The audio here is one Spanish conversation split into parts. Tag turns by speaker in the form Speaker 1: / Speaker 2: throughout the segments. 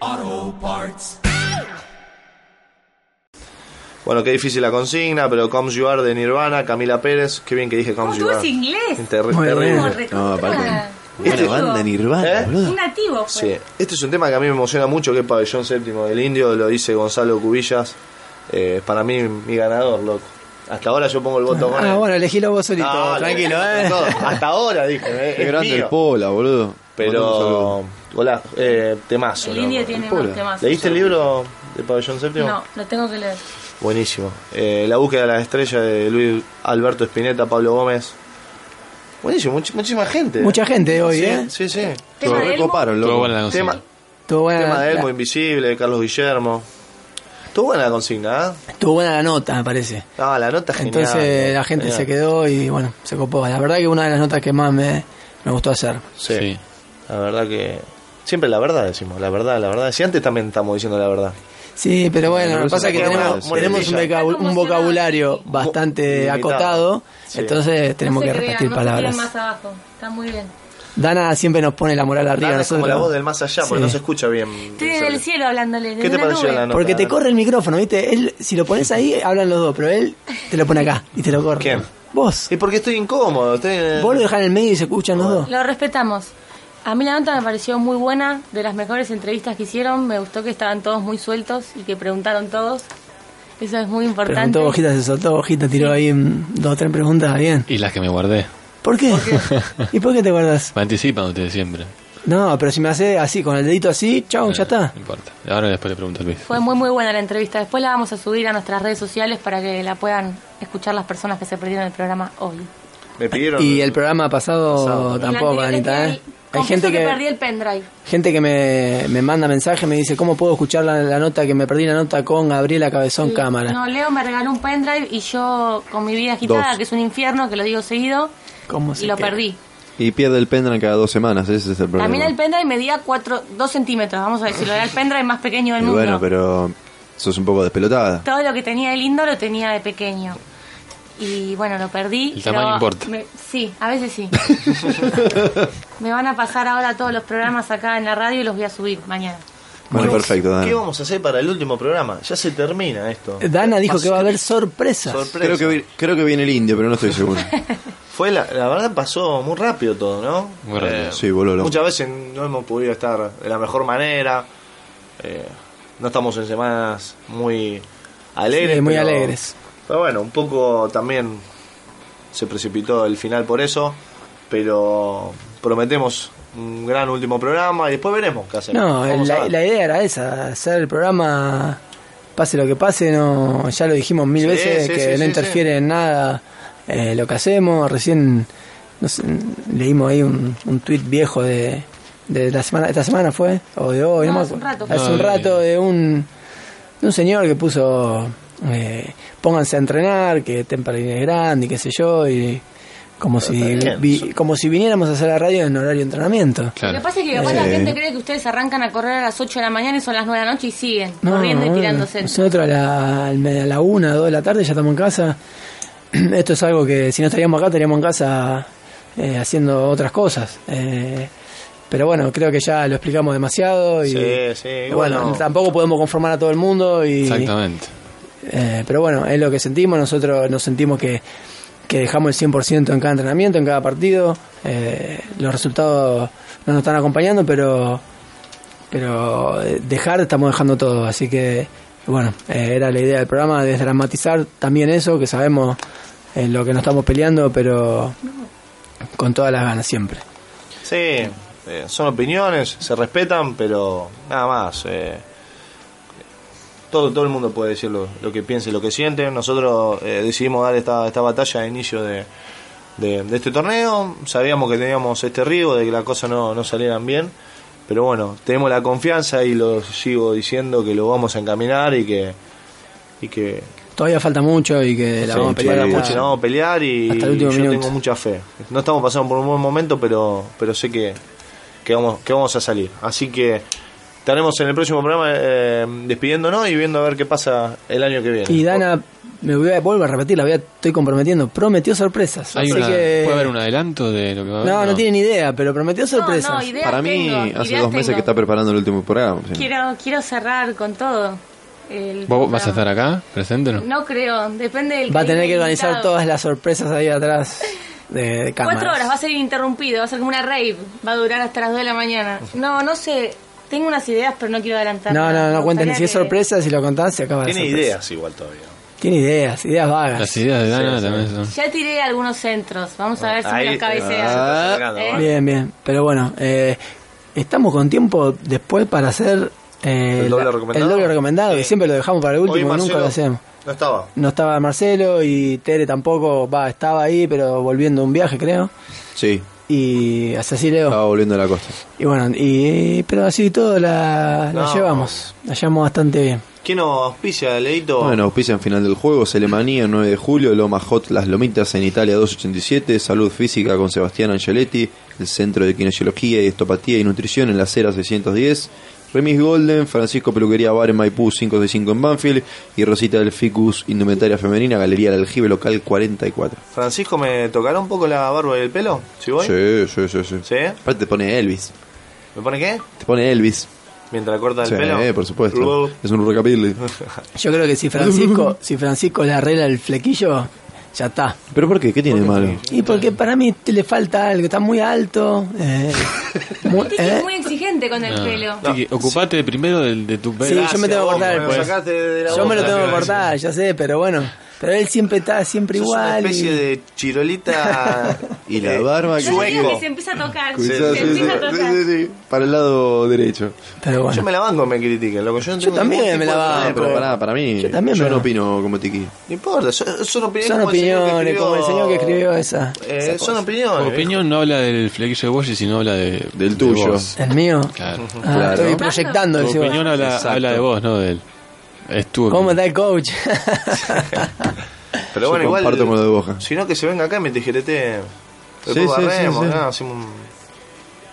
Speaker 1: Auto parts.
Speaker 2: Bueno, qué difícil la consigna, pero Comes You Are de Nirvana, Camila Pérez. Qué bien que dije Comes
Speaker 3: tú
Speaker 2: You Are.
Speaker 3: ves inglés?
Speaker 2: Terri-
Speaker 4: Muy
Speaker 2: terrible.
Speaker 4: bien.
Speaker 3: Como
Speaker 4: No,
Speaker 3: recontra-
Speaker 4: aparte.
Speaker 3: un
Speaker 2: Este-
Speaker 4: Una banda Nirvana,
Speaker 2: ¿Eh?
Speaker 4: boludo.
Speaker 3: Un nativo fue.
Speaker 2: Sí, este es un tema que a mí me emociona mucho, que es Pabellón Séptimo del Indio, lo dice Gonzalo Cubillas. Eh, para mí, mi ganador, loco. Hasta ahora yo pongo el voto con
Speaker 4: Ah,
Speaker 2: él.
Speaker 4: bueno, elegilo vos solito,
Speaker 2: Ah,
Speaker 4: tranquilo,
Speaker 2: le-
Speaker 4: eh.
Speaker 2: todo. Hasta ahora dije, eh,
Speaker 5: Qué
Speaker 2: es
Speaker 5: grande
Speaker 2: mío.
Speaker 5: el Pola, boludo.
Speaker 2: Pero, hola, eh, temazo.
Speaker 3: El
Speaker 2: loco.
Speaker 3: indio tiene
Speaker 5: Pola.
Speaker 3: unos temas.
Speaker 2: ¿Leíste el libro de Pabellón Séptimo?
Speaker 3: No, lo tengo que leer.
Speaker 2: Buenísimo. Eh, la búsqueda de la estrella de Luis Alberto Espineta, Pablo Gómez. Buenísimo, much- muchísima gente.
Speaker 4: Mucha gente hoy,
Speaker 2: sí,
Speaker 4: ¿eh?
Speaker 2: Sí, sí.
Speaker 3: Tema
Speaker 5: Lo
Speaker 3: de Elmo.
Speaker 5: recoparon,
Speaker 6: Estuvo
Speaker 5: loco.
Speaker 6: buena la consigna.
Speaker 2: Tema,
Speaker 4: Estuvo buena,
Speaker 2: tema de
Speaker 4: la,
Speaker 2: Elmo Invisible, de Carlos Guillermo. Estuvo buena la consigna, ¿eh?
Speaker 4: estuvo buena la nota, me parece.
Speaker 2: Ah, la nota genial.
Speaker 4: Entonces la gente
Speaker 2: Genial.
Speaker 4: se quedó y bueno, se copó. La verdad que una de las notas que más me, me gustó hacer.
Speaker 2: Sí.
Speaker 6: Sí.
Speaker 2: La verdad que. Siempre la verdad decimos, la verdad, la verdad. Si antes también estamos diciendo la verdad.
Speaker 4: Sí, pero bueno, lo que pasa es que
Speaker 2: queda una
Speaker 4: tenemos, tenemos un,
Speaker 2: moletilla.
Speaker 4: vocabu- un vocabulario bastante
Speaker 2: Limitado.
Speaker 4: acotado,
Speaker 2: Sí.
Speaker 4: entonces
Speaker 3: No
Speaker 4: tenemos
Speaker 3: se
Speaker 4: que
Speaker 3: crean,
Speaker 4: repetir
Speaker 3: no se
Speaker 4: palabras.
Speaker 3: tiren más abajo. Está muy bien.
Speaker 4: Dana siempre nos pone la moral arriba. a
Speaker 2: Nada, es como
Speaker 4: nosotros.
Speaker 2: la voz del más allá, porque
Speaker 4: Sí.
Speaker 2: no se escucha bien.
Speaker 3: Estoy en el cielo hablándole.
Speaker 2: ¿Qué te pareció la nota?
Speaker 4: Porque te corre el micrófono, ¿viste? Él, si lo pones ahí, hablan los dos, pero él te lo pone acá y te lo corre.
Speaker 2: ¿Quién?
Speaker 4: Vos.
Speaker 2: Y porque estoy incómodo. Estoy en-
Speaker 4: Vos lo dejás en el medio y se escuchan los dos.
Speaker 3: Lo respetamos. A mí la nota me pareció muy buena, de las mejores entrevistas que hicieron. Me gustó que estaban todos muy sueltos y que preguntaron todos. Eso es muy importante.
Speaker 4: Preguntó Bojita, se soltó Bojita, tiró ahí mm, dos o tres preguntas, bien.
Speaker 6: Y las que me guardé.
Speaker 4: ¿Por qué? ¿Y por qué te guardas?
Speaker 6: Me anticipan ustedes siempre.
Speaker 4: No, pero si me hace así, con el dedito así, chau, Oh, ya está.
Speaker 6: No importa. Ahora después le pregunto a Luis.
Speaker 3: Fue muy muy buena la entrevista. Después la vamos a subir a nuestras redes sociales para que la puedan escuchar las personas que se perdieron el programa hoy.
Speaker 2: Me pidieron.
Speaker 4: Y el programa pasado
Speaker 3: El
Speaker 4: tampoco,
Speaker 3: anterior
Speaker 4: Anita,
Speaker 3: es
Speaker 4: ¿eh?
Speaker 3: que
Speaker 4: Hay
Speaker 3: confieso
Speaker 4: gente
Speaker 3: que perdí
Speaker 4: que,
Speaker 3: el pendrive.
Speaker 4: gente que me, me manda mensaje, me dice, ¿cómo puedo escuchar la, la nota que me perdí la nota con Gabriela Cabezón Cámara?
Speaker 3: No, Leo me regaló un pendrive y yo con mi vida agitada,
Speaker 5: Dos.
Speaker 3: que es un infierno, que lo digo seguido,
Speaker 4: ¿Cómo se
Speaker 3: lo
Speaker 4: queda?
Speaker 3: perdí.
Speaker 5: Y pierde el pendrive cada dos semanas, ese es el problema.
Speaker 3: También el pendrive medía 2 centímetros, vamos a decirlo, era el pendrive más pequeño del
Speaker 5: Y
Speaker 3: mundo.
Speaker 5: bueno, pero sos un poco despelotada.
Speaker 3: Todo lo que tenía de lindo lo tenía de pequeño. Y bueno, lo perdí.
Speaker 6: El
Speaker 3: pero
Speaker 6: tamaño importa.
Speaker 3: me- sí, a veces sí. me van a pasar ahora todos los programas acá en la radio y los voy a subir mañana.
Speaker 5: Bueno, perfecto, Dana.
Speaker 2: ¿Qué vamos a hacer para el último programa? Ya se termina esto.
Speaker 4: Dana dijo que va a haber sorpresas.
Speaker 2: Sorpresa.
Speaker 5: Creo que, vi- creo que viene el indio, pero no estoy seguro.
Speaker 2: Fue la, la verdad pasó muy rápido todo, ¿no? Eh,
Speaker 6: Muy rápido.
Speaker 5: Sí, boludo. loco.
Speaker 2: Muchas veces no hemos podido estar de la mejor manera. eh, no estamos en semanas muy alegres.
Speaker 4: Sí, muy
Speaker 2: pero-
Speaker 4: alegres.
Speaker 2: Pero bueno, un poco también se precipitó el final por eso. Pero prometemos un gran último programa y después veremos qué hacemos.
Speaker 4: No,
Speaker 2: Vamos a
Speaker 4: la,
Speaker 2: ver.
Speaker 4: la idea era esa, hacer el programa, pase lo que pase, no, ya lo dijimos mil
Speaker 2: Sí,
Speaker 4: veces,
Speaker 2: sí,
Speaker 4: que
Speaker 2: sí,
Speaker 4: no
Speaker 2: sí,
Speaker 4: interfiere en nada eh, lo que hacemos. Recién no sé, leímos ahí un, un tuit viejo de, de la semana, esta semana fue, o de hoy,
Speaker 3: No,
Speaker 4: me
Speaker 3: hace un
Speaker 4: acuerdo.
Speaker 3: rato.
Speaker 4: Hace un
Speaker 6: Ah,
Speaker 4: rato de un, de un señor que puso, eh, pónganse a entrenar, que Temperley es grande y qué sé yo, y como si,
Speaker 2: está bien.
Speaker 4: vi- como si viniéramos a hacer la radio en horario de entrenamiento.
Speaker 3: Lo que
Speaker 6: Claro.
Speaker 3: pasa es que capaz la
Speaker 4: Sí.
Speaker 3: gente cree que ustedes arrancan a correr a las 8 de la mañana y son las 9 de la noche y siguen
Speaker 4: No,
Speaker 3: corriendo y
Speaker 4: no,
Speaker 3: tirándose.
Speaker 4: Nosotros a la, al me- a la una, dos de la tarde ya estamos en casa. Esto es algo que si no estaríamos acá, estaríamos en casa eh, haciendo otras cosas. Eh, pero bueno, creo que ya lo explicamos demasiado. Y,
Speaker 2: Sí, sí,
Speaker 4: y
Speaker 2: bueno.
Speaker 4: bueno, tampoco podemos conformar a todo el mundo. Y,
Speaker 6: Exactamente.
Speaker 4: eh, pero bueno, es lo que sentimos. Nosotros nos sentimos que, que dejamos el 100% en cada entrenamiento, en cada partido. Eh, los resultados no nos están acompañando, pero, pero eh, dejar estamos dejando todo. Así que, bueno, eh, era la idea del programa, desdramatizar también eso, que sabemos eh, lo que nos estamos peleando, pero con todas las ganas siempre.
Speaker 2: Sí, eh, son opiniones, se respetan, pero nada más. eh, todo, todo el mundo puede decir lo, lo que piense, lo que siente. Nosotros eh, decidimos dar esta, esta batalla a inicio de, de- de este torneo. Sabíamos que teníamos este riesgo de que las cosas no, no salieran bien. Pero bueno, tenemos la confianza y lo sigo diciendo que lo vamos a encaminar y que y que
Speaker 4: Todavía falta mucho y que la
Speaker 5: Sí,
Speaker 4: vamos a pelear.
Speaker 5: sí.
Speaker 4: hasta-
Speaker 2: Mucho, la vamos a pelear y
Speaker 4: hasta el
Speaker 2: yo
Speaker 4: último minuto.
Speaker 2: tengo mucha fe. No estamos pasando por un buen momento, pero, pero sé que, que, vamos, que vamos a salir. Así que estaremos en el próximo programa eh, despidiéndonos y viendo a ver qué pasa el año que viene.
Speaker 4: Y Dana, me voy a volver a repetir, la voy a- estoy comprometiendo, prometió sorpresas.
Speaker 6: Hay
Speaker 4: así
Speaker 6: una,
Speaker 4: que...
Speaker 6: ¿Puede haber un adelanto de lo que va a haber?
Speaker 4: No, no, tiene ni idea, pero prometió sorpresas.
Speaker 3: No, no, ideas
Speaker 5: Para mí,
Speaker 3: tengo,
Speaker 5: hace
Speaker 3: ideas
Speaker 5: dos meses
Speaker 3: tengo.
Speaker 5: que está preparando el último programa. sí.
Speaker 3: Quiero, quiero cerrar con todo. el
Speaker 6: ¿Vos vas a estar
Speaker 3: programa.
Speaker 6: acá? ¿Presente o no?
Speaker 3: No creo, depende del
Speaker 4: Va a
Speaker 3: cariño
Speaker 4: tener que
Speaker 3: del
Speaker 4: organizar
Speaker 3: invitado.
Speaker 4: todas las sorpresas ahí atrás de, de cámaras.
Speaker 3: Cuatro horas, va a ser interrumpido, va a ser como una rave, va a durar hasta las 2 de la mañana. No, no sé, tengo unas ideas, pero no quiero adelantar.
Speaker 4: No, no,
Speaker 3: nada.
Speaker 4: no
Speaker 3: Me
Speaker 4: cuenten. Si
Speaker 3: gustaría
Speaker 4: es sorpresa, si lo contás, se acaba la
Speaker 2: Tiene
Speaker 4: sorpresa.
Speaker 2: ideas igual todavía.
Speaker 4: Tiene ideas, ideas vagas.
Speaker 6: Las
Speaker 3: ¿Eh?
Speaker 6: ideas de Dana también son...
Speaker 3: que- Ya tiré algunos centros, vamos a ver si
Speaker 2: Ahí-
Speaker 3: me los cabecea.
Speaker 2: Ah, sacando,
Speaker 3: Eh.
Speaker 2: ¿vale?
Speaker 4: Bien, bien. Pero bueno, eh, estamos con tiempo después para hacer eh,
Speaker 2: ¿El doble
Speaker 4: la-
Speaker 2: recomendado?
Speaker 4: el doble recomendado, que
Speaker 2: Sí.
Speaker 4: siempre lo dejamos para el último,
Speaker 2: Hoy
Speaker 4: nunca
Speaker 2: Marcelo
Speaker 4: lo hacemos.
Speaker 2: No estaba.
Speaker 4: No estaba Marcelo y Tere tampoco, va, estaba ahí, pero volviendo de un viaje, creo.
Speaker 5: Sí,
Speaker 4: Y así así, Leo.
Speaker 5: estaba volviendo a la costa.
Speaker 4: Y bueno, y, pero así y todo la, la
Speaker 2: No.
Speaker 4: llevamos. La llevamos bastante bien.
Speaker 2: ¿Quién nos auspicia, Leito?
Speaker 5: Bueno, auspicia en final del juego, Celemanía 9 de julio, Loma Hot Las Lomitas en Italia 287, Salud Física con Sebastián Angeletti, el Centro de Kinesiología y Estopatía y Nutrición en la Cera 610, Remis Golden, Francisco Peluquería Bar en Maipú 565 en Banfield y Rosita del Ficus Indumentaria Femenina, Galería del Aljibe Local 44.
Speaker 2: Francisco, ¿me tocará un poco la barba y el pelo? ¿Si voy?
Speaker 5: Sí, sí, sí, sí.
Speaker 2: ¿Sí?
Speaker 5: Aparte te pone Elvis,
Speaker 2: ¿Me pone qué?
Speaker 5: te pone Elvis.
Speaker 2: Mientras corta el
Speaker 5: Sí,
Speaker 2: pelo.
Speaker 5: por supuesto.
Speaker 2: Luego-
Speaker 5: Es un rockabilly.
Speaker 4: Yo creo que si Francisco, si Francisco le arregla el flequillo, ya está.
Speaker 5: ¿Pero por qué? ¿Qué tiene de malo?
Speaker 4: Y porque para mí te le falta algo, está muy alto. eh, muy-
Speaker 3: Tiki
Speaker 4: eh.
Speaker 3: es muy exigente con el
Speaker 6: No.
Speaker 3: pelo.
Speaker 6: Tiki, ocupate primero del, de tu Ah,
Speaker 4: Sí,
Speaker 6: pelo.
Speaker 4: yo me tengo que
Speaker 2: vos,
Speaker 4: cortar
Speaker 2: me lo
Speaker 4: después.
Speaker 2: sacaste de la
Speaker 4: Yo me lo
Speaker 2: boca,
Speaker 4: tengo que
Speaker 2: gracias.
Speaker 4: cortar, ya sé, pero bueno. Pero él siempre está siempre
Speaker 2: Sos
Speaker 4: igual.
Speaker 2: una especie
Speaker 4: y-
Speaker 2: de chirolita
Speaker 5: Y la barba que-
Speaker 3: Yo digo que
Speaker 2: sueco.
Speaker 3: se empieza a tocar,
Speaker 5: Sí,
Speaker 3: se
Speaker 5: sí, sí,
Speaker 3: empieza a
Speaker 5: sí,
Speaker 3: tocar.
Speaker 5: sí, sí, Para el lado derecho.
Speaker 4: Pero
Speaker 2: Yo
Speaker 4: bueno.
Speaker 2: me la banco, me critiquen, loco. Yo, no
Speaker 4: Yo
Speaker 2: tengo
Speaker 4: también
Speaker 2: ningún
Speaker 4: me
Speaker 2: tipo
Speaker 4: la
Speaker 2: de
Speaker 4: banco.
Speaker 2: problema.
Speaker 5: Pero pará, para mí,
Speaker 4: Yo
Speaker 5: yo,
Speaker 4: también me
Speaker 5: no
Speaker 4: lo-
Speaker 5: opino como Tiki.
Speaker 2: No importa, son, son opiniones.
Speaker 4: Son
Speaker 2: como el señor que
Speaker 4: opiniones, como el señor que escribió esa.
Speaker 2: Eh, son opiniones.
Speaker 6: Tu opinión no habla del flequillo de Boshi, sino habla de,
Speaker 5: Del
Speaker 6: de
Speaker 5: tuyo.
Speaker 6: vos.
Speaker 4: El mío.
Speaker 6: Claro.
Speaker 4: Ah,
Speaker 5: Claro.
Speaker 4: Estoy proyectando
Speaker 6: Tu
Speaker 4: el
Speaker 6: opinión habla,
Speaker 5: Exacto.
Speaker 6: habla de vos, no de él. Es tu
Speaker 4: ¿Cómo
Speaker 6: opinión.
Speaker 4: está el coach?
Speaker 2: Pero
Speaker 5: Yo
Speaker 2: bueno, igual.
Speaker 5: comparto con lo de Boca.
Speaker 2: Si no, que se venga acá y me tijerete.
Speaker 5: Sí, sí,
Speaker 2: Después barremos,
Speaker 5: sí, sí.
Speaker 2: acá, hacemos un,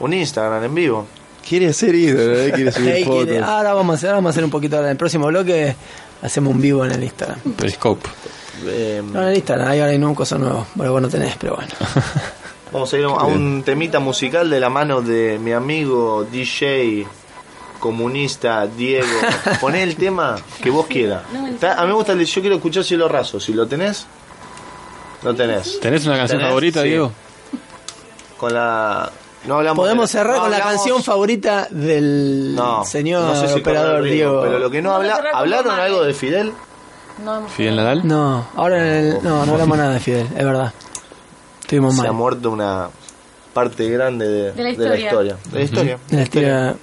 Speaker 2: un Instagram en vivo.
Speaker 5: Quiere hacer ídolo, eh, quiere subir
Speaker 4: Ahí
Speaker 5: fotos.
Speaker 4: quiere- ah, ahora vamos a hacer, vamos a hacer un poquito ahora. En el próximo bloque hacemos un vivo en el Instagram.
Speaker 6: Periscope.
Speaker 2: Eh,
Speaker 4: No, en el Instagram, ahí ahora hay un cosa nuevo. Bueno, vos no tenés, pero bueno.
Speaker 2: Vamos a ir a un temita musical de la mano de mi amigo DJ comunista Diego. Poné el tema que vos quieras. Está- A mí me gusta el de yo quiero escuchar cielo raso. Si lo tenés, lo tenés.
Speaker 6: ¿Tenés una canción
Speaker 2: ¿Tenés?
Speaker 6: favorita,
Speaker 2: Sí.
Speaker 6: Diego?
Speaker 2: Con la. No hablamos.
Speaker 4: Podemos
Speaker 2: de-
Speaker 4: cerrar
Speaker 2: no
Speaker 4: con la
Speaker 2: hablamos-
Speaker 4: canción favorita del
Speaker 2: No,
Speaker 4: señor
Speaker 2: no sé si
Speaker 4: operador
Speaker 2: correr el ritmo,
Speaker 4: Diego.
Speaker 2: Pero lo que no
Speaker 3: Vamos a
Speaker 2: habla,
Speaker 3: cerrar con
Speaker 2: hablaron
Speaker 3: Mamá.
Speaker 2: algo de Fidel.
Speaker 3: No, no.
Speaker 6: Fidel Nadal.
Speaker 4: No, ahora en el, no, no hablamos nada de Fidel, es verdad. Estuvimos
Speaker 2: Se ha
Speaker 4: mal.
Speaker 2: muerto una parte grande de,
Speaker 3: De la
Speaker 2: de la
Speaker 3: historia.
Speaker 2: historia. De la historia.
Speaker 4: En la historia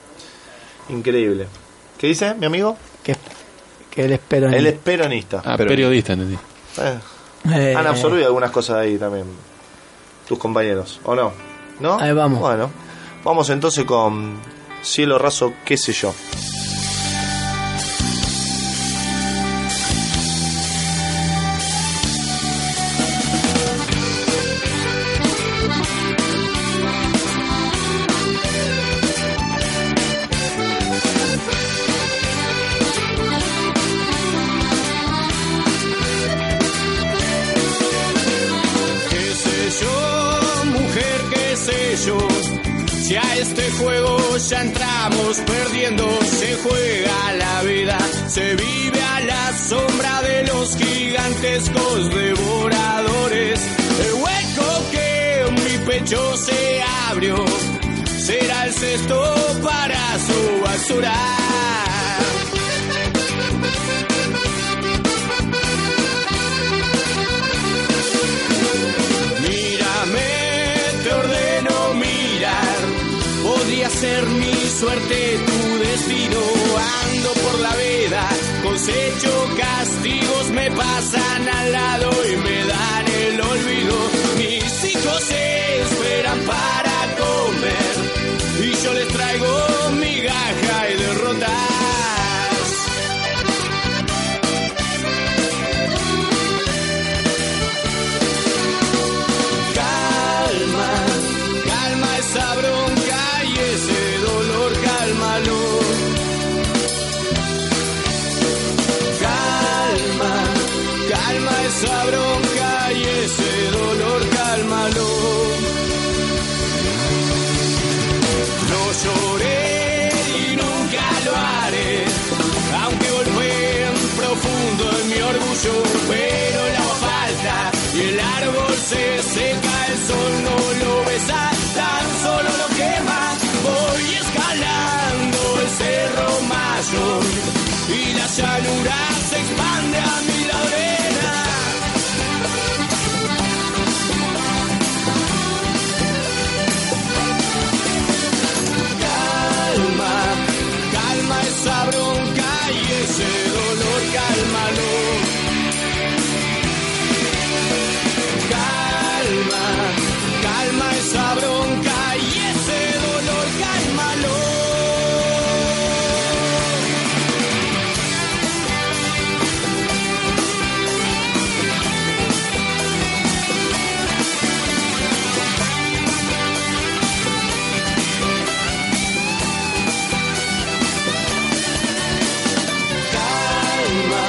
Speaker 2: Increíble. ¿Qué dice, mi amigo?
Speaker 4: que, que él espera. en-
Speaker 2: Él es peronista.
Speaker 6: Ah,
Speaker 5: Pero-
Speaker 6: periodista, entendí.
Speaker 2: Eh.
Speaker 4: eh,
Speaker 2: Han absorbido algunas cosas ahí también. Tus compañeros, ¿o no? ¿No?
Speaker 4: Ahí vamos.
Speaker 2: Bueno, vamos entonces con Cielo Raso, qué sé yo.
Speaker 7: ¿Qué sé yo, mujer, qué sé yo? Si a este juego ya entramos perdiendo, se juega la vida, se vive a la sombra de los gigantescos devoradores. El hueco que en mi pecho se abrió será el cesto para su basura. Mírame, te ordeno mirar. Podría ser mi suerte tu destino. Ando por la veda, cosecho castigos, me pasan al lado y me dan el olvido. Mis hijos se esperan para comer y yo les traigo migaja y derrotas. Calma esa bronca y ese dolor, cálmalo. Lo lloré y nunca lo haré, aunque golpeen profundo en mi orgullo, pero la falta y el árbol se seca, el sol no lo besa, tan solo lo quema. Voy escalando el cerro mayor y la llanura se expande a mi laurena. calma, calma esa bronca y ese dolor, cálmalo. Calma, calma esa bronca y ese dolor, cálmalo. calma,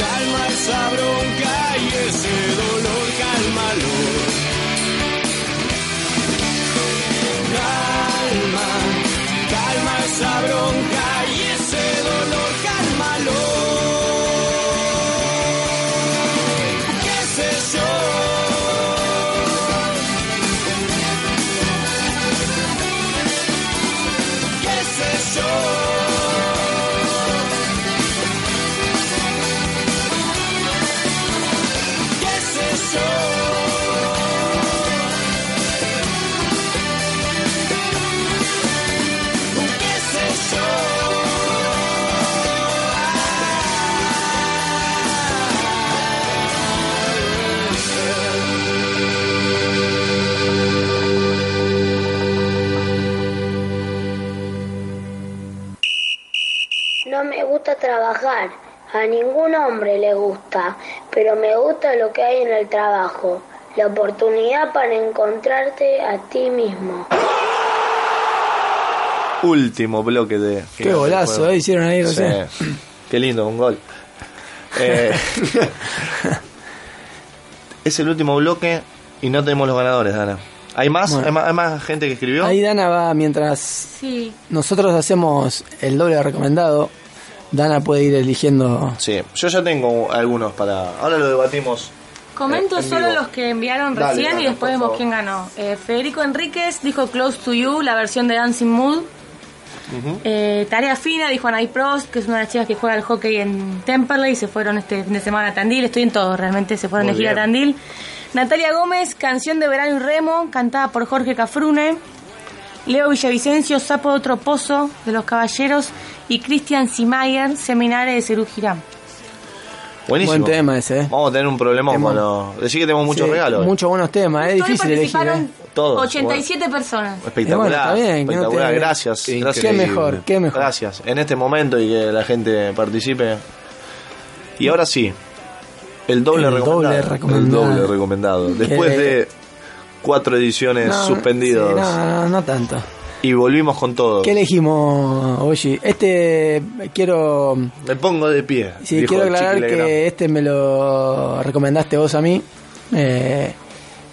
Speaker 7: calma esa bronca y ese dolor, cálmalo. Calma, calma esa bronca y ese dolor, cálmalo. ¿Qué sé yo? ¿Qué sé yo? ¿Qué sé yo? ¿Qué sé yo?
Speaker 8: No me gusta trabajar, a ningún hombre le gusta, pero me gusta lo que hay en el trabajo, la oportunidad para encontrarte a ti mismo.
Speaker 2: Último bloque de.
Speaker 4: Qué golazo, eh, hicieron ahí
Speaker 2: Sí.
Speaker 4: recién.
Speaker 2: Qué lindo, un gol. Eh, es el último bloque y no tenemos los ganadores, Dana. ¿Hay más?
Speaker 4: Bueno.
Speaker 2: ¿Hay más, hay más gente que escribió?
Speaker 4: Ahí Dana va mientras
Speaker 3: Sí,
Speaker 4: nosotros hacemos el doble recomendado. Dana puede ir eligiendo.
Speaker 2: Sí, yo ya tengo algunos para. Ahora lo debatimos.
Speaker 3: comento
Speaker 2: Eh, en
Speaker 3: solo
Speaker 2: vivo.
Speaker 3: los que enviaron
Speaker 2: Dale,
Speaker 3: recién
Speaker 2: dale,
Speaker 3: y después
Speaker 2: por
Speaker 3: vemos
Speaker 2: favor.
Speaker 3: quién ganó. Eh, Federico Enríquez dijo Close to You, la versión de Dancing Mood. Eh, tarea fina, dijo Anaí Prost, que es una de las chicas que juega al hockey en Temperley, se fueron este fin de semana a Tandil, estoy en todo, realmente se fueron
Speaker 2: Muy
Speaker 3: de gira a
Speaker 2: bien.
Speaker 3: Tandil. Natalia Gómez, canción de verano y remo, cantada por Jorge Cafrune. Leo Villavicencio, Sapo de otro pozo, de los caballeros. Y Cristian Simayer, Seminario de Cerú Girán.
Speaker 2: Buenísimo.
Speaker 4: Buen tema ese, eh.
Speaker 2: Vamos a tener un problemón
Speaker 4: Hemos-
Speaker 2: con los. Decí que tenemos muchos
Speaker 4: Sí,
Speaker 2: regalos.
Speaker 4: Muchos buenos temas, es
Speaker 3: Hoy
Speaker 4: difícil elegir.
Speaker 3: participaron
Speaker 4: eh.
Speaker 2: Todos,
Speaker 3: 87 personas.
Speaker 2: Espectacular.
Speaker 4: Eh, bueno, está bien, que no
Speaker 2: espectacular.
Speaker 4: te-
Speaker 2: Gracias.
Speaker 5: Qué
Speaker 2: gracias.
Speaker 4: Qué mejor, qué mejor.
Speaker 2: Gracias. En este momento y que la gente participe. Y ahora sí, el doble
Speaker 4: El
Speaker 2: recomendado.
Speaker 4: doble recomendado.
Speaker 2: El doble recomendado. Después
Speaker 4: Que-
Speaker 2: de cuatro ediciones
Speaker 4: No,
Speaker 2: Eh, suspendidos Oh.
Speaker 4: sí, no, no, no tanto.
Speaker 2: y volvimos con todo.
Speaker 4: ¿Qué elegimos, Oye? Este quiero
Speaker 2: Me pongo de pie.
Speaker 4: Sí,
Speaker 2: dijo
Speaker 4: quiero aclarar
Speaker 2: Chiqui Legrand.
Speaker 4: que este me lo recomendaste vos a mí eh,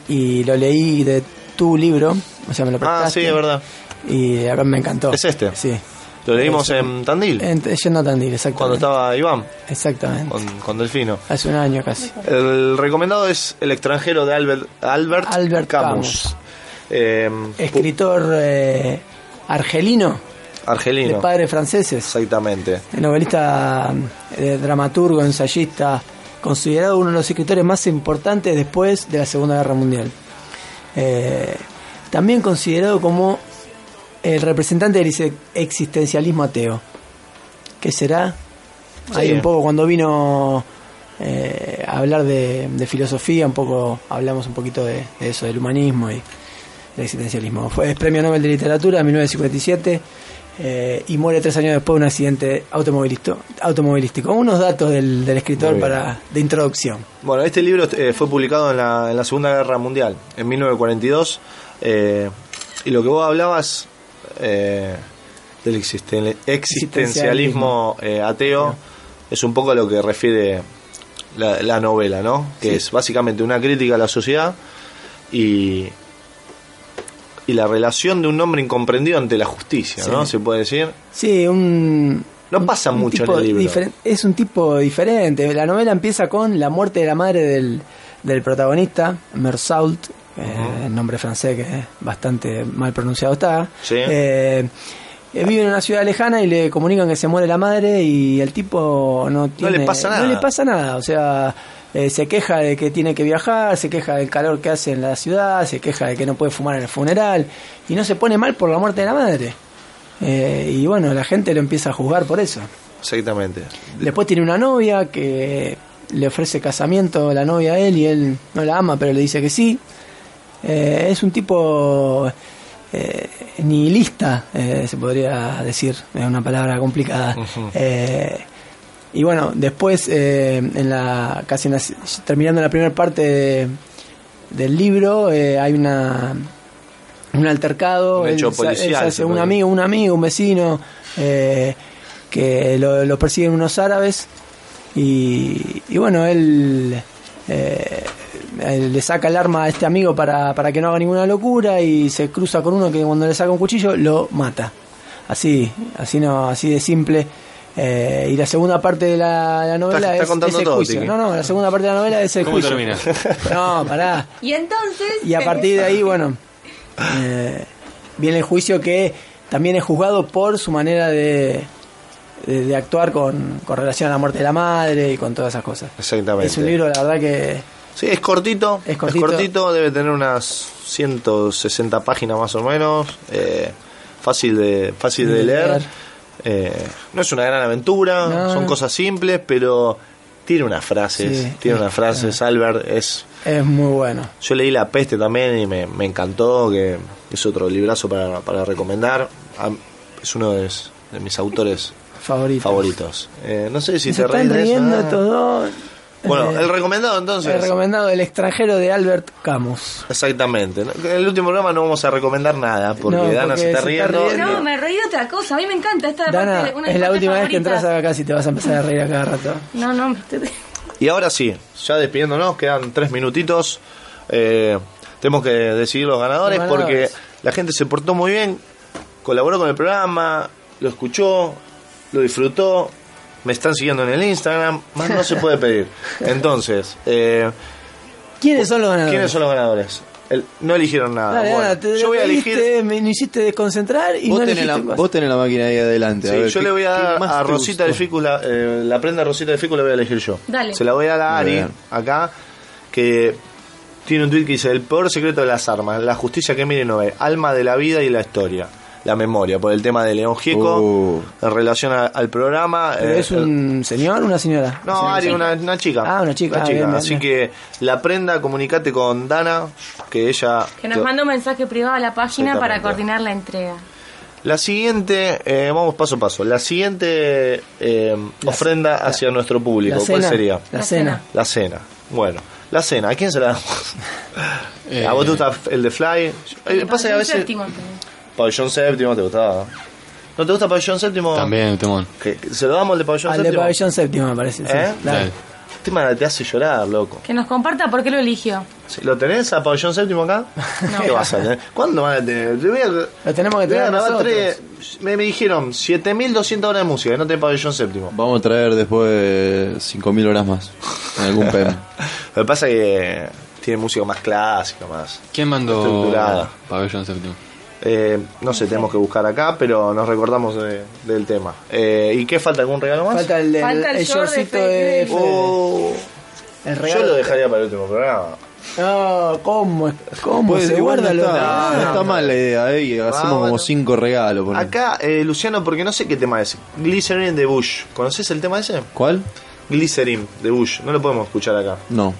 Speaker 4: y lo leí de tu libro, o sea, me lo
Speaker 2: Ah, sí,
Speaker 4: prestaste.
Speaker 2: es verdad.
Speaker 4: Y acá me encantó.
Speaker 2: Es este.
Speaker 4: Sí.
Speaker 2: Lo leímos en Tandil,
Speaker 4: En- yendo a Tandil, exactamente.
Speaker 2: cuando estaba Iván,
Speaker 4: Exactamente.
Speaker 2: con, con Delfino.
Speaker 4: Hace un año casi.
Speaker 2: El recomendado es El extranjero de Albert, Albert,
Speaker 4: Albert
Speaker 2: Camus.
Speaker 4: Camus.
Speaker 2: Eh,
Speaker 4: Escritor eh, argelino, de
Speaker 2: argelino.
Speaker 4: padres franceses.
Speaker 2: Exactamente.
Speaker 4: novelista, eh, dramaturgo, ensayista, considerado uno de los escritores más importantes después de la Segunda Guerra Mundial. Eh, también considerado como el representante del ex- existencialismo ateo. ¿Qué será? Ahí
Speaker 2: Sí.
Speaker 4: un poco cuando vino eh, a hablar de, de filosofía, un poco hablamos un poquito de, de eso, del humanismo y del existencialismo. Fue premio Nobel de Literatura en 1957 eh, y muere tres años después de un accidente automovilista- automovilístico. Unos datos del, del escritor
Speaker 2: Muy bien.
Speaker 4: para de introducción.
Speaker 2: Bueno, este libro eh, fue publicado en la, en la Segunda Guerra Mundial, en 1942. eh, y lo que vos hablabas eh, del existen- existencialismo eh, ateo es un poco lo que refiere la, la novela, ¿no? Que es básicamente una crítica a la sociedad y, y la relación de un hombre incomprendido ante la justicia, ¿no? Se puede decir.
Speaker 4: Sí, un.
Speaker 2: No pasa
Speaker 4: un
Speaker 2: mucho en
Speaker 4: tipo
Speaker 2: el libro.
Speaker 4: diferen- Es un tipo diferente. La novela empieza con la muerte de la madre del, del protagonista, Mersault, eh, nombre francés que eh, bastante mal pronunciado está.
Speaker 2: Sí.
Speaker 4: Eh, eh, vive en una ciudad lejana y le comunican que se muere la madre y el tipo no tiene.
Speaker 2: le pasa nada.
Speaker 4: No le pasa nada. O sea. eh, se queja de que tiene que viajar, se queja del calor que hace en la ciudad, se queja de que no puede fumar en el funeral y no se pone mal por la muerte de la madre. Eh, y bueno, la gente lo empieza a juzgar por eso.
Speaker 2: Exactamente.
Speaker 4: Después tiene una novia que le ofrece casamiento la novia a él y él no la ama, pero le dice que sí. Eh, es un tipo eh, nihilista, eh, se podría decir, es una palabra complicada. Eh, y bueno, después, eh, en la casi en la- terminando la primera parte de- del libro, eh, hay una un altercado,
Speaker 2: Un hecho
Speaker 4: él se- él se
Speaker 2: policial,
Speaker 4: hace
Speaker 2: se
Speaker 4: un
Speaker 2: podría.
Speaker 4: amigo, un amigo, un vecino, eh, que lo, lo persiguen unos árabes y, y bueno, él, eh, él le saca el arma a este amigo para, para que no haga ninguna locura y se cruza con uno que cuando le saca un cuchillo lo mata. Así, así no, así de simple. Eh, y la segunda parte de la, la novela
Speaker 2: está
Speaker 4: es,
Speaker 2: contando
Speaker 4: es el
Speaker 2: todo,
Speaker 4: juicio.
Speaker 2: Tiki.
Speaker 4: No, no, la segunda parte de la novela es el
Speaker 6: ¿Cómo
Speaker 4: juicio.
Speaker 6: termina?
Speaker 4: No, pará.
Speaker 3: Y entonces.
Speaker 4: Y a partir de ahí, bueno, eh, viene el juicio que también es juzgado por su manera de, de, de actuar con, con relación a la muerte de la madre y con todas esas cosas.
Speaker 2: Exactamente.
Speaker 4: Es un libro, la verdad, que
Speaker 2: Sí, es cortito,
Speaker 4: Es
Speaker 2: es
Speaker 4: cortito.
Speaker 2: cortito, debe tener unas 160 páginas más o menos, eh, fácil de fácil de
Speaker 4: De leer.
Speaker 2: leer. Eh, no es una gran aventura,
Speaker 4: No,
Speaker 2: son
Speaker 4: no.
Speaker 2: cosas simples, pero tiene unas frases,
Speaker 4: Sí, Ah.
Speaker 2: tiene
Speaker 4: sí,
Speaker 2: unas frases, Albert es
Speaker 4: es muy bueno.
Speaker 2: yo leí La Peste también y me, me encantó, que es otro librazo para, para recomendar. Am- Es uno de, mis- de mis autores
Speaker 4: Favorito.
Speaker 2: favoritos. Eh, no sé si
Speaker 4: Se
Speaker 2: te reís
Speaker 4: están
Speaker 2: de eso,
Speaker 4: riendo
Speaker 2: ah.
Speaker 4: estos dos.
Speaker 2: Bueno,
Speaker 4: Eh,
Speaker 2: el recomendado entonces.
Speaker 4: el recomendado El extranjero de Albert Camus.
Speaker 2: Exactamente. ¿no? En el último programa no vamos a recomendar nada porque
Speaker 4: No,
Speaker 2: Dana
Speaker 4: porque
Speaker 2: se está
Speaker 4: se está
Speaker 2: riendo.
Speaker 4: riendo.
Speaker 3: No, me reí de otra cosa. A mí me encanta esta
Speaker 4: Dana,
Speaker 3: parte. Una de mis
Speaker 4: es la
Speaker 3: partes
Speaker 4: última vez que
Speaker 3: favoritas.
Speaker 4: entras acá si te vas a empezar a reír a cada rato.
Speaker 3: No, no. me estoy-
Speaker 2: Y ahora sí, ya despidiéndonos, quedan tres minutitos. Eh, tenemos que decidir los ganadores,
Speaker 4: Los ganadores.
Speaker 2: porque la gente se portó muy bien, colaboró con el programa, lo escuchó, lo disfrutó. Me están siguiendo en el Instagram, más no se puede pedir. Entonces, eh,
Speaker 4: ¿Quiénes son los ganadores?
Speaker 2: ¿quiénes son los ganadores? El- no eligieron nada.
Speaker 4: Dale,
Speaker 2: Bueno,
Speaker 4: Dana, te
Speaker 2: yo voy a
Speaker 4: reíste,
Speaker 2: elegir.
Speaker 4: me me hiciste desconcentrar y
Speaker 5: Vos,
Speaker 4: no
Speaker 5: tenés la,
Speaker 4: elegiste cosas.
Speaker 5: vos tenés la máquina ahí adelante. a
Speaker 2: Sí,
Speaker 5: ver,
Speaker 2: yo
Speaker 5: ¿qué-
Speaker 2: le voy a
Speaker 5: qué
Speaker 2: dar
Speaker 5: más
Speaker 2: a
Speaker 5: te
Speaker 2: Rosita del
Speaker 5: gustó?
Speaker 2: Ficu, la, eh, la prenda Rosita del Ficu la voy a elegir yo.
Speaker 3: Dale.
Speaker 2: Se la voy a dar a Ari,
Speaker 5: Muy bien.
Speaker 2: acá, que tiene un tweet que dice, el peor secreto de las armas, la justicia que mire y no ve, alma de la vida y la historia, la memoria, por el tema de León Gieco,
Speaker 5: Uh.
Speaker 2: en relación a- al programa.
Speaker 4: ¿Pero
Speaker 2: eh,
Speaker 4: es un señor o una señora?
Speaker 2: No, Ari, una, una chica.
Speaker 4: Ah, una chica, ah, bien, bien,
Speaker 2: Así
Speaker 4: bien.
Speaker 2: que la prenda, comunicate con Dana, que ella...
Speaker 3: Que nos manda un mensaje privado a la página para
Speaker 2: Exactamente.
Speaker 3: coordinar la entrega.
Speaker 2: La siguiente, eh, vamos paso a paso, la siguiente eh, ofrenda hacia nuestro público,
Speaker 4: La
Speaker 2: ¿cuál
Speaker 4: cena,
Speaker 2: sería?
Speaker 4: La
Speaker 3: La
Speaker 4: cena.
Speaker 3: cena.
Speaker 2: La cena. Bueno, la cena, ¿a quién se la damos?
Speaker 6: Eh,
Speaker 2: a vos te gusta el de Fly. Eh, pasa que a
Speaker 3: Un
Speaker 2: veces.
Speaker 3: séptimo, pero-
Speaker 2: Pabellón séptimo te gustaba. ¿No te gusta Pabellón séptimo?
Speaker 6: También, Temón.
Speaker 2: Que- que ¿Se lo damos al de Pabellón
Speaker 4: Al de
Speaker 2: séptimo?
Speaker 4: pabellón séptimo, me parece. sí.
Speaker 2: ¿Eh?
Speaker 4: Dale.
Speaker 6: Dale.
Speaker 2: El tema te hace llorar, loco.
Speaker 3: Que nos comparta por qué lo eligió.
Speaker 2: Sí, ¿Lo tenés a Pabellón séptimo acá?
Speaker 3: No.
Speaker 2: ¿Qué vas a tener? ¿Cuándo van a tener? Te voy a-
Speaker 4: Lo tenemos que
Speaker 2: te voy a grabar
Speaker 4: tener nosotros.
Speaker 2: tres- me, me dijeron 7200 horas de música, que no tenés Pabellón séptimo.
Speaker 5: Vamos a traer después 5.000 horas más. En algún PM.
Speaker 2: Lo que pasa es que tiene música más clásica, más.
Speaker 6: ¿Quién
Speaker 5: Oh.
Speaker 6: mandó
Speaker 2: Estructurada.
Speaker 6: Pabellón Séptimo?
Speaker 2: Eh, no sé, tenemos que buscar acá, pero nos recordamos de- del tema. Eh, ¿Y qué falta? ¿Algún regalo más?
Speaker 4: Falta el, el,
Speaker 3: Falta el
Speaker 4: el
Speaker 3: short de
Speaker 4: shortcito
Speaker 3: Fede Fede.
Speaker 4: de Fede.
Speaker 2: Oh,
Speaker 4: El
Speaker 2: yo
Speaker 4: regalo.
Speaker 2: lo dejaría para el último programa.
Speaker 4: No, ¿cómo? ¿Cómo?
Speaker 5: Pues,
Speaker 4: se
Speaker 5: igual
Speaker 4: guarda
Speaker 5: no
Speaker 4: los
Speaker 5: está, no
Speaker 4: regalos?
Speaker 5: está mal la idea, ¿eh? Y hacemos como
Speaker 2: bueno.
Speaker 5: 5 regalos. ponele.
Speaker 2: Acá, eh, Luciano, porque no sé qué tema es. Glycerin de Bush. ¿Conoces el tema ese?
Speaker 5: ¿Cuál?
Speaker 2: Glycerin de Bush. No lo podemos escuchar acá.
Speaker 5: No,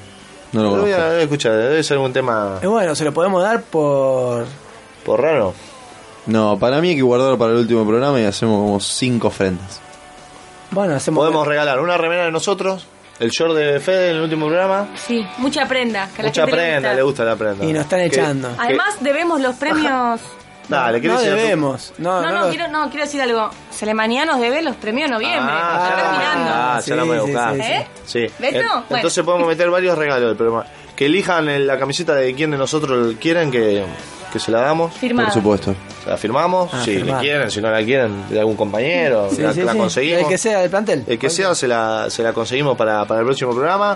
Speaker 5: no lo
Speaker 2: Lo voy a,
Speaker 5: conozco.
Speaker 2: lo voy a escuchar. Debe ser algún tema
Speaker 4: Eh, Bueno, se lo podemos dar por...
Speaker 2: por raro.
Speaker 5: No, para mí hay que guardarlo para el último programa y hacemos como 5 ofrendas.
Speaker 4: Bueno, hacemos...
Speaker 2: Podemos regalar una remera de nosotros, el short de Fede en el último programa.
Speaker 3: Sí, mucha prenda. Que a la
Speaker 2: Mucha
Speaker 3: gente le
Speaker 2: prenda,
Speaker 3: gusta.
Speaker 2: le gusta la prenda.
Speaker 4: Y nos están
Speaker 2: Que-
Speaker 4: echando.
Speaker 2: que-
Speaker 3: Además, debemos los premios
Speaker 2: Dale, ¿querés
Speaker 4: no
Speaker 2: decir otro?
Speaker 4: debemos. No,
Speaker 3: No, no,
Speaker 4: no, lo-
Speaker 3: quiero, no, quiero decir algo. Selemania nos debe los premios de noviembre.
Speaker 2: Ah,
Speaker 3: está
Speaker 2: ya la voy a
Speaker 3: terminando.
Speaker 2: buscar, ya la
Speaker 4: Sí,
Speaker 2: voy a
Speaker 4: sí,
Speaker 2: buscar.
Speaker 4: sí,
Speaker 3: sí. ¿Eh?
Speaker 2: Sí.
Speaker 3: ¿Ves, no?
Speaker 2: En-
Speaker 3: Bueno.
Speaker 2: Entonces podemos meter varios regalos del programa. Que elijan el- la camiseta de quien de nosotros quieren que, que se la damos.
Speaker 3: Firmado.
Speaker 5: Por supuesto.
Speaker 2: ¿La firmamos?
Speaker 4: Ah,
Speaker 2: si la
Speaker 4: firmada.
Speaker 2: quieren, si no la quieren, de algún compañero,
Speaker 4: Sí,
Speaker 2: la,
Speaker 4: sí,
Speaker 2: la
Speaker 4: sí.
Speaker 2: conseguimos.
Speaker 4: El que sea del plantel.
Speaker 2: El que sea, se la, se la conseguimos para, para el próximo programa.